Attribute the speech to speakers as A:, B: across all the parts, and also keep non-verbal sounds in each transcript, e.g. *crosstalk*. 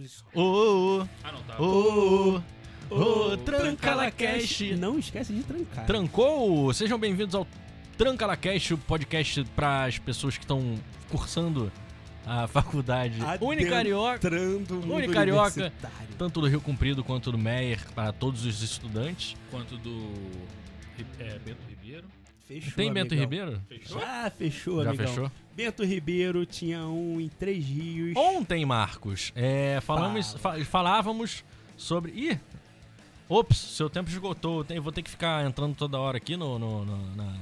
A: isso.
B: Ô, ô,
C: Ah, não, tá.
B: ô, ô, ô,
A: Ô,
B: tranca la cash.
A: Não esquece de trancar.
B: Trancou? Sejam bem-vindos ao Tranca la Cash, o podcast para as pessoas que estão cursando a *laughs* faculdade Unicarioca,
A: Adentrando o mundo
B: Unicarioca.
A: universitário.
B: tanto do Rio Comprido quanto do Meyer, para todos os estudantes.
C: Quanto do. Ri- É, Bento Ribeiro.
A: Fechou,
B: Tem Bento
A: amigão.
B: Ribeiro?
C: Fechou?
A: Já fechou,
B: Já
A: amigão.
B: fechou? Oh!
A: Bento Ribeiro tinha um em Três Rios.
B: Ontem, Marcos, é, falamos, fa- falávamos sobre. Ih! Ops, seu tempo esgotou. Eu tenho- vou ter que ficar entrando toda hora aqui no, no, no, na-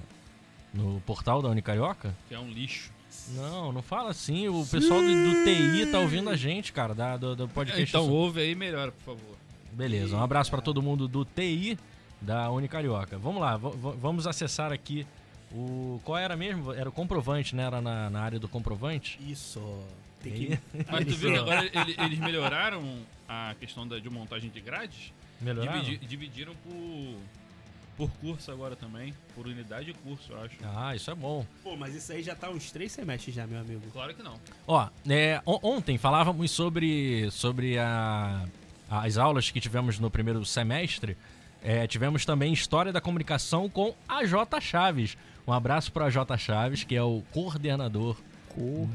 B: no portal da Unicarioca?
C: Que é um lixo.
B: Não, não fala assim. O pessoal do, do TI tá ouvindo a gente, cara, da, do, do podcast.
C: Então ouve aí e melhora, por favor.
B: Beleza, um abraço pra todo mundo do TI da Unicarioca. Vamos lá, v- v- vamos acessar aqui o. Qual era mesmo? Era o comprovante, né? Era na, na área do comprovante.
A: Isso. Tem
B: E
A: que.
B: aí?
A: *laughs*
C: Mas tu viu que
B: Melhorou.
C: agora ele- eles melhoraram a questão da, de montagem de grades?
B: Melhoraram?
C: Dividi- dividiram por, por curso agora também. Por unidade e curso, eu acho.
B: Ah, isso é bom.
A: Pô, mas isso aí já tá uns três semestres já, meu amigo.
C: Claro que não.
B: Ó, é, on- ontem falávamos sobre, sobre a- as aulas que tivemos no primeiro semestre. É, tivemos também História da Comunicação com a J. Chaves. Um abraço para a J. Chaves, que é o coordenador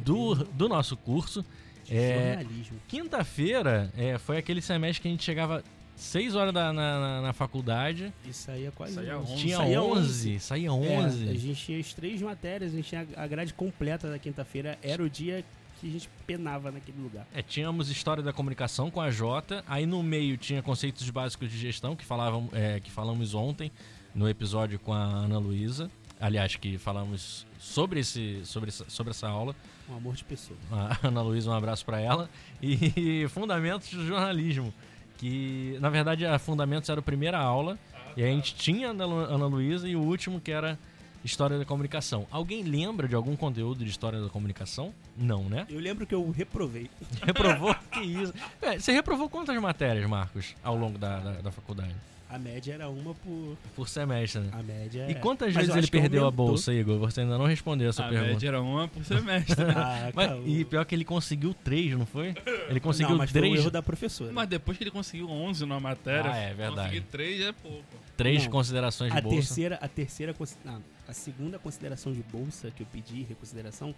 B: do, do nosso curso.
A: De
B: É,
A: jornalismo.
B: Quinta-feira é, foi aquele semestre que a gente chegava 6 horas da, na, na- na faculdade.
A: Isso aí é quase.
C: Isso aí é
A: um-
C: onze.
B: Tinha
A: Saía
B: 11, saía 11.
A: É, a gente tinha as três matérias, a gente tinha a grade completa da quinta-feira. Era o dia que a gente penava naquele lugar.
B: É, tínhamos História da Comunicação com a Jota, aí no meio tinha Conceitos Básicos de Gestão, que, falavam, é, que falamos ontem no episódio com a Ana Luísa. Aliás, que falamos sobre, esse, sobre, essa- sobre essa aula.
A: Um amor de pessoa.
B: A *laughs* Ana Luísa, um abraço para ela. E *laughs* Fundamentos do Jornalismo, que na verdade a Fundamentos era a primeira aula, e a gente tinha a Ana Lu- Ana Luísa e o último que era História da Comunicação. Alguém lembra de algum conteúdo de História da Comunicação? Não, né?
A: Eu lembro que eu reprovei.
B: *laughs* Reprovou? que isso? É, você reprovou quantas matérias, Marcos, ao longo da, da, da faculdade?
A: A média era uma por.
B: Por semestre, né?
A: A média.
B: E
A: é-
B: quantas
A: Mas
B: vezes
A: eu
B: ele
A: acho que
B: perdeu a
A: aumentou.
B: bolsa, Igor? Você ainda não respondeu essa
C: a
B: pergunta.
C: média era uma por semestre.
B: *laughs*
A: Ah,
B: Mas-
A: cara,
B: e pior que ele conseguiu três, não foi? Ele conseguiu
A: não, mas foi o
B: três,
A: erro da professora.
C: Mas depois que ele conseguiu 11 na matéria,
B: Ah, é verdade.
C: conseguir 3 é pouco.
B: três
A: Não.
B: considerações de
A: a
B: bolsa.
A: terceira, a terceira, consi- ah, a segunda consideração de bolsa que eu pedi, reconsideração,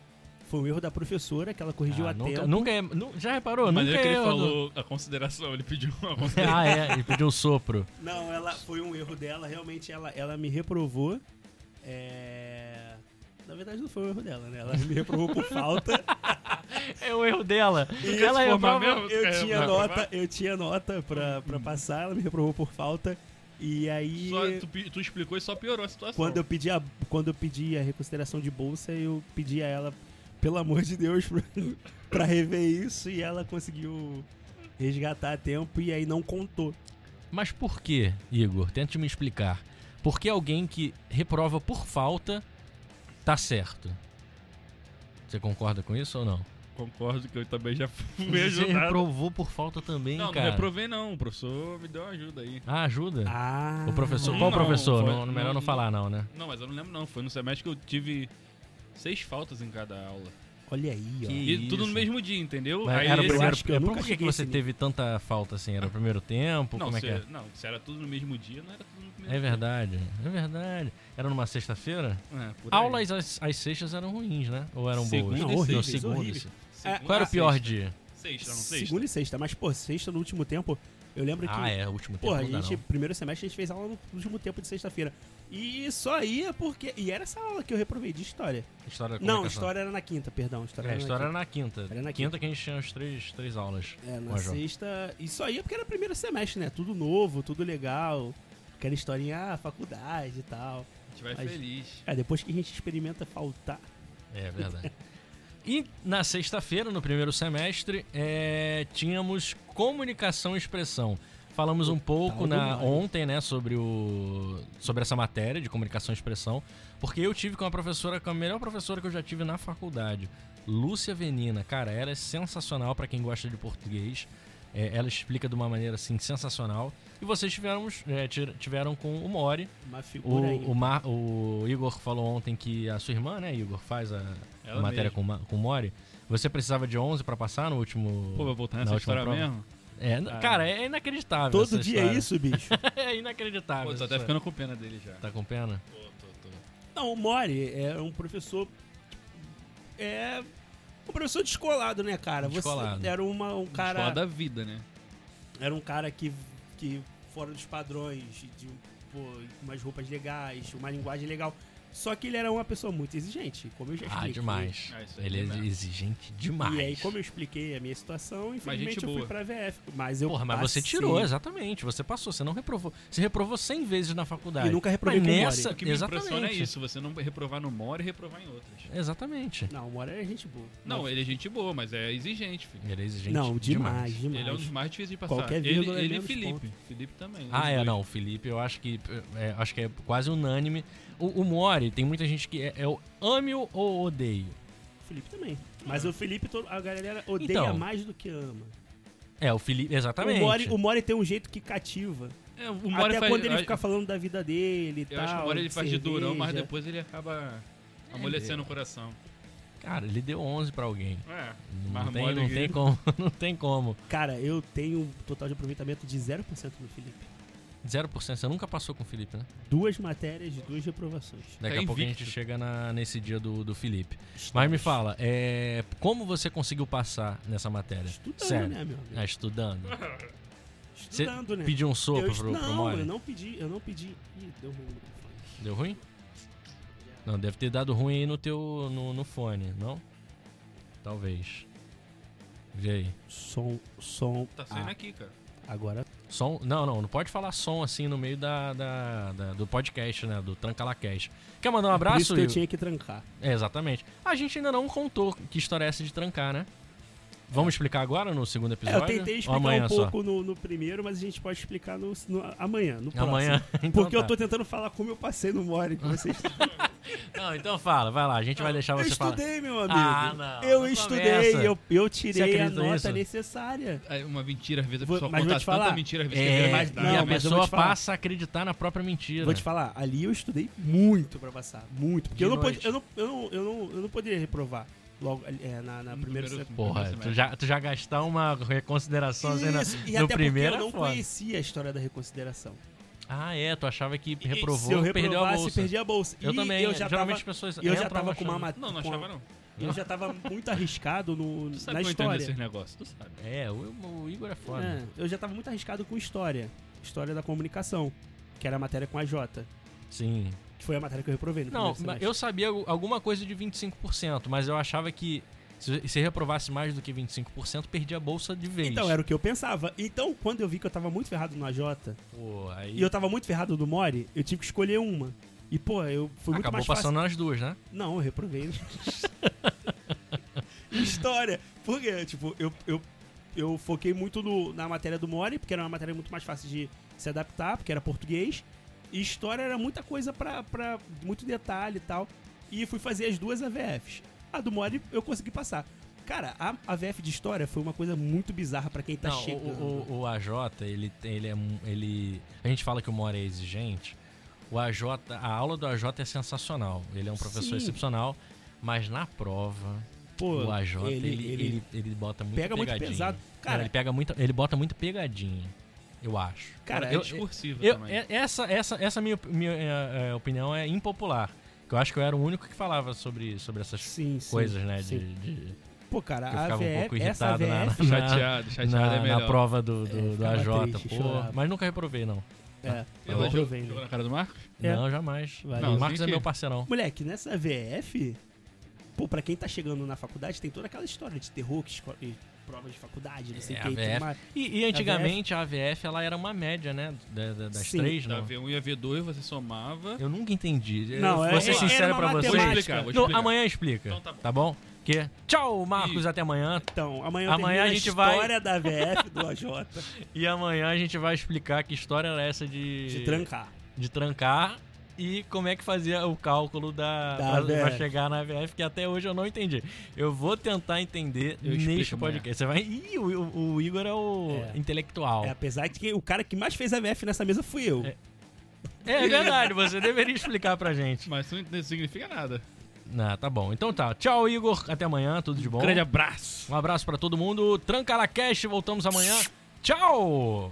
A: foi um erro da professora que ela corrigiu
B: Ah,
A: a
B: nunca,
A: tempo.
B: nunca é, nu- já reparou?
C: Mas
B: nunca
C: é que
B: é
C: ele
B: erro
C: falou a consideração, ele pediu
B: *laughs*
C: uma
B: do- *laughs*
C: consideração.
B: Ah, é, ele pediu um sopro.
A: Não, ela foi um erro dela, realmente ela, ela me reprovou. É... Na verdade não foi um erro dela, né? Ela me reprovou por falta.
B: É o erro dela.
C: Isso,
B: Ela
C: formar
B: reprova...
C: mesmo?
A: Eu
C: É,
A: tinha
C: vai
A: nota,
C: provar?
A: eu tinha nota pra, pra passar, ela me reprovou por falta. E aí.
C: Só- tu, pe- tu explicou e só piorou a situação.
A: Quando eu pedi a, quando eu pedi a reconsideração de bolsa, eu pedi a ela, pelo amor de Deus, *laughs* pra, pra rever isso e ela conseguiu resgatar a tempo e aí não contou.
B: Mas por que, Igor? Tente me explicar. Por que alguém que reprova por falta tá certo? Você concorda com isso ou não?
C: Concordo que eu também já fui
B: Você
C: ajudado.
B: reprovou por falta também,
C: Não, não
B: cara.
C: reprovei não, o professor me deu uma ajuda aí.
B: Ah, ajuda.
A: Ah.
B: o professor,
C: não,
B: qual professor?
C: foi-
B: Não, melhor não
C: não-
B: falar não, né?
C: Não, mas eu não lembro não, foi no semestre que eu tive seis faltas em cada aula.
A: Olha aí, ó.
B: Que-
C: E
B: Isso.
C: tudo no mesmo dia, entendeu?
B: Mas
C: Aí
B: era o
C: esse-
B: primeiro.
A: acho que eu
B: é, por
A: nunca
B: que, que
A: cheguei
B: você
A: nesse
B: teve tanta falta assim? Era o primeiro tempo?
C: Não,
B: Como é
C: se,
B: que é?
C: não, se era tudo no mesmo dia, não era tudo no primeiro
B: É verdade, é verdade. Era numa sexta-feira?
C: dia. É, por aí.
B: Aulas às, às sextas eram ruins, né? Ou eram boas?
C: Segunda
A: Não,
C: e
A: horríveis,
C: sexta.
B: horríveis.
C: Horrível. Segunda
B: é, Qual era o
C: a
B: pior
C: sexta.
B: dia?
C: Sexta, não sexta.
A: Segunda e sexta, mas pô, sexta no último tempo, eu lembro que
B: Ah, é, o último tempo.
A: Porra, a
B: não dá,
A: gente,
B: não.
A: primeiro semestre, a gente fez aula no último tempo de sexta-feira. E só ia porque. E era essa aula que eu reprovei de história.
B: História da
A: Não,
B: comunicação.
A: história era na quinta, perdão. História
B: É, a
A: era
B: história
A: na
B: era na quinta.
A: Era na
B: quinta. que a gente tinha as três, três aulas.
A: quinta. É, na
B: Ó, João.
A: sexta. E só ia porque era primeiro semestre, né? Tudo novo, tudo legal. Aquela historinha, ah, faculdade e tal.
C: A gente vai
A: Mas-
C: feliz.
A: É, depois que a gente experimenta faltar.
B: É verdade. E na sexta-feira, no primeiro semestre, é, tínhamos comunicação e expressão. Falamos um pouco
A: do
B: na,
A: Mário.
B: ontem, né, sobre, o, sobre essa matéria de comunicação e expressão, porque eu tive com a professora, com a melhor professora que eu já tive na faculdade, Lúcia Venina. Cara, ela é sensacional para quem gosta de português. É, ela explica de uma maneira assim sensacional. E vocês tiveram, é, tir- tiveram com o Mori,
A: Uma figura aí.
B: o, o, Mar- o Igor falou ontem que a sua irmã, né, Igor, faz a,
C: Ela
B: matéria
C: mesma.
B: com, ma- com Mori, você precisava de 11 pra passar no último.
C: Pô, vai voltar
B: na
C: nessa
B: última
C: história
B: prova?
C: mesmo?
B: É, n-
C: Ah.
B: cara, é inacreditável.
A: Todo
B: essa
A: dia é
B: história.
A: isso, bicho.
B: *laughs* é
A: Ah,
B: inacreditável.
C: Pô, tô
B: essa
C: até
B: história.
C: tá ficando com pena dele já.
B: Tá com pena?
C: Tô, tô, tô.
A: Não, o Mori é um professor. É. Um professor descolado, né, cara? Você
B: Descolado.
A: era uma, um cara.
C: Fala da vida, né?
A: Era um cara que, que fora dos padrões, de pô, umas roupas legais, uma linguagem legal. Só que ele era uma pessoa muito exigente, como eu já
B: Ah,
A: expliquei.
B: demais.
C: Ah, isso aí
B: Ele
C: é
B: é
C: mesmo.
B: exigente demais.
A: E aí, como eu expliquei a minha situação,
C: gente
A: infelizmente eu
C: boa.
A: fui pra VF. Mas eu
B: Porra, mas
A: passei.
B: você tirou, exatamente. Você passou, você não reprovou. Você reprovou 100 vezes na faculdade.
A: E nunca reprovei
B: Mas
A: com
B: nessa,
A: Mori.
C: O que me impressiona é
B: exatamente.
C: isso, você não reprovar no Mori e reprovar em outras.
B: Exatamente.
A: Não, o Mori é gente boa.
C: Não, ele é gente boa, mas é exigente, filho.
B: Ele é exigente
A: Não, demais, demais.
C: Ele é um dos mais difíceis de passar.
A: Qualquer
C: ele
A: vírgula é
C: ele e
A: menos
C: Felipe. Felipe também. os
B: Ah, é,
C: dois.
B: não, o Felipe, eu acho que é, acho que é quase unânime. O, o Mori, tem muita gente que é, é o ame ou odeio.
A: O Felipe também. Mas
C: Ah.
A: o Felipe, todo- a galera odeia
B: Então.
A: mais do que ama.
B: É, o Felipe, exatamente.
A: O Mori, o Mori tem um jeito que cativa.
C: É, o Mori
A: Até
C: faz,
A: quando ele
C: eu
A: fica
C: acho-
A: falando da vida dele e
C: Eu
A: tal.
C: acho que o Mori ele faz de durão, mas
A: cerveja.
C: depois ele acaba amolecendo o coração.
B: Cara, ele deu 11 pra alguém.
C: É,
B: Não,
C: mas
B: tem,
C: Mori...
B: não tem
A: *laughs*
B: como, *laughs* não tem como.
A: Cara, eu tenho um total de aproveitamento de 0% no Felipe.
B: 0%, você nunca passou com o Felipe, né?
A: Duas matérias, duas reprovações.
B: Daqui
C: Tá
B: a pouco a
C: invicto.
B: gente chega na- nesse dia do, do Felipe. Mas me fala, é, como você conseguiu passar nessa matéria?
A: Estudando,
B: Sério.
A: né, meu amigo?
B: Ah, estudando.
A: Estudando, né?
B: Pediu um sopro
A: eu,
B: pro,
A: não,
B: pro Mori?
A: eu não pedi, eu não pedi. Ih, deu ruim no microfone.
B: Deu ruim? Não, deve ter dado ruim aí no teu. no, no fone, não? Talvez. Vê aí.
A: Som, som.
C: Tá saindo
A: ah,
C: aqui, cara.
A: agora
B: Som. Não, não, não pode falar som assim no meio da, da- da- do podcast, né? Do Trancalacast. Quer mandar um
A: É Por isso que
B: abraço?
A: eu
B: Will?
A: tinha que trancar.
B: É, exatamente. A gente ainda não contou que história é essa de trancar, né? Vamos explicar agora no
A: É,
B: segundo episódio?
A: eu tentei
B: Ou
A: explicar
B: amanhã
A: um
B: Só?
A: pouco no, no primeiro, mas a gente pode explicar no, no- amanhã, no próximo.
B: Amanhã. *laughs* Então
A: Porque
B: tá.
A: eu tô tentando falar como eu passei no Mori com
B: *laughs*
A: vocês.
B: Não, então fala, vai lá, a gente vai deixar
A: eu
B: você falar.
A: estudei, meu amigo.
B: Ah, não,
A: eu
B: não
A: estudei,
B: começa.
A: eu, eu
B: Você
A: tirei a
B: acredita
A: nota
B: nisso?
A: necessária.
C: É uma mentira, às vezes a
A: Vou-
C: pessoa
A: mas
C: conta
A: vou te falar.
C: tanta mentira, às vezes que
B: É,
C: vira
A: mas-
C: verdade.
B: e a
A: não, mas eu vou
B: pessoa
A: te falar.
B: passa a acreditar na própria mentira.
A: Vou te falar, ali eu estudei muito pra passar. Muito. Porque
B: De
A: eu não,
B: noite.
A: pod- eu, não, eu, não, eu, não, eu não poderia reprovar logo ali, é, na, na
C: No
A: primeira.
C: primeiro-
A: se-
B: Porra, tu já, tu já gastar uma reconsideração assim na,
A: Isso, e
B: no
A: até
B: primeiro
A: porque eu não
B: é foda.
A: conhecia a história da reconsideração.
B: Ah, é, tu achava que
A: E
B: reprovou,
A: se eu
B: perdeu a
A: reprovasse,
B: bolsa.
A: perdi a bolsa.
B: Eu
A: e
B: também,
A: eu já
B: geralmente
A: tava,
B: as pessoas
A: eu já
B: entram
A: tava com
B: achando-
A: uma matéria.
C: Não, não achava não.
A: Eu já tava muito arriscado no,
C: Tu
A: na
C: sabe que eu entendo
A: história.
C: desses negócios, tu sabe.
B: É, o, o Igor é foda.
A: É, eu já tava muito arriscado com história. História da comunicação, que era a matéria com a J.
B: Sim.
A: Que foi a matéria que eu reprovei no
B: Não,
A: primeiro
B: mas
A: semestre.
B: eu sabia al- alguma coisa de 25%, mas eu achava que se, se reprovasse mais do que 25%, perdia a bolsa de vez.
A: Então, era o que eu pensava. Então, quando eu vi que eu tava muito ferrado no AJ
B: Pô, aí
A: e eu tava muito ferrado no Mori, eu tive que escolher uma. E, pô, eu fui muito
B: acabou
A: mais fácil.
B: passando nas duas, né?
A: Não, eu reprovei. *laughs* História. Porque, tipo, eu, eu, eu foquei muito no- na matéria do Mori, porque era uma matéria muito mais fácil de se adaptar, porque era português. E história era muita coisa pra, pra. muito detalhe e tal. E fui fazer as duas AVFs. A do Mori eu consegui passar. Cara, a AVF de história foi uma coisa muito bizarra pra quem tá
B: Não,
A: chegando.
B: o, o, o AJ, ele, tem- ele é. um- Ele, a gente fala que o Mora é exigente. O AJ, a aula do AJ é sensacional. Ele é um professor
A: Sim.
B: excepcional, mas na prova,
A: Pô,
B: o AJ, ele, ele,
A: ele
B: ele bota muito
A: pega muito
B: pegadinha.
A: pesado.
B: Não,
A: Cara,
B: ele, pega muito, ele bota muito pegadinha, eu acho.
A: cara,
C: é
B: eu-
C: discursiva
B: Eu,
C: também.
B: é- essa essa, essa minha, minha é, é, opinião é impopular. Que eu acho que eu era o único que falava sobre, sobre essas
A: sim, sim,
B: coisas, né?
A: sim.
B: De, de-
A: Pô, cara,
B: que eu
A: a
B: ficava
A: AVF,
B: um pouco
A: essa
B: irritado
A: AVF
B: na, na,
C: Chateado, chateado
B: na,
C: é
B: na
C: melhor.
B: prova do, do,
A: É,
B: do
A: ficava
B: AJ,
A: triste,
B: pô.
A: chorava.
B: Mas nunca reprovei, não. *laughs*
A: É,
C: Ele
A: eu
B: bom.
C: jogou-
A: reprovei. né?
C: jogou na cara do Marcos?
A: É.
B: Não, jamais.
A: Valeu.
B: o Marcos
C: Não,
B: é
C: tem
B: meu
C: que-
B: parceirão.
A: Moleque, nessa VF, pô, pra quem tá chegando na faculdade, tem toda aquela história de terror que esco- e prova de faculdade, não sei o
B: É,
A: que, e tudo
B: AVF.
A: mais.
B: E, e antigamente a AVF ela era uma média, né? da- da- das
A: Sim.
B: três,
C: Da
B: não?
C: V1 e a V2 você somava.
B: Eu nunca entendi. Eu
A: Não,
B: vou
A: é-
B: ser
C: é-
B: sincero
A: era uma
B: pra
C: Vou
B: vocês.
A: matemática.
C: explicar, vou
B: Não,
C: explicar.
B: amanhã explica.
C: Então tá bom.
B: tá bom? Que... Tchau, Marcos,
C: E-
B: até amanhã.
A: Então, amanhã, eu
B: Amanhã
A: termino
B: a gente
A: a
B: vai-
A: história da VF do AJ
B: *laughs* E amanhã a gente vai explicar que história era essa de,
A: de trancar.
B: de trancar e como é que fazia o cálculo
A: Da
B: da, pra, pra
A: AVF.
B: chegar na AVF, que até hoje eu não entendi. Eu vou tentar entender
C: Eu
B: neste
C: explico amanhã.
B: podcast. Você vai. Ih, o, o- o Igor é o
A: É.
B: intelectual.
A: É,
B: É,
A: apesar de que o cara que mais fez a VF nessa mesa fui eu.
B: verdade, você É deveria explicar pra gente.
C: Mas isso não significa nada.
B: Ah, tá bom. Então tá. Tchau, Igor. Até amanhã. Tudo de bom.
A: Grande abraço.
B: Um abraço pra todo mundo. Tranca la Cash. Voltamos amanhã. Tchau!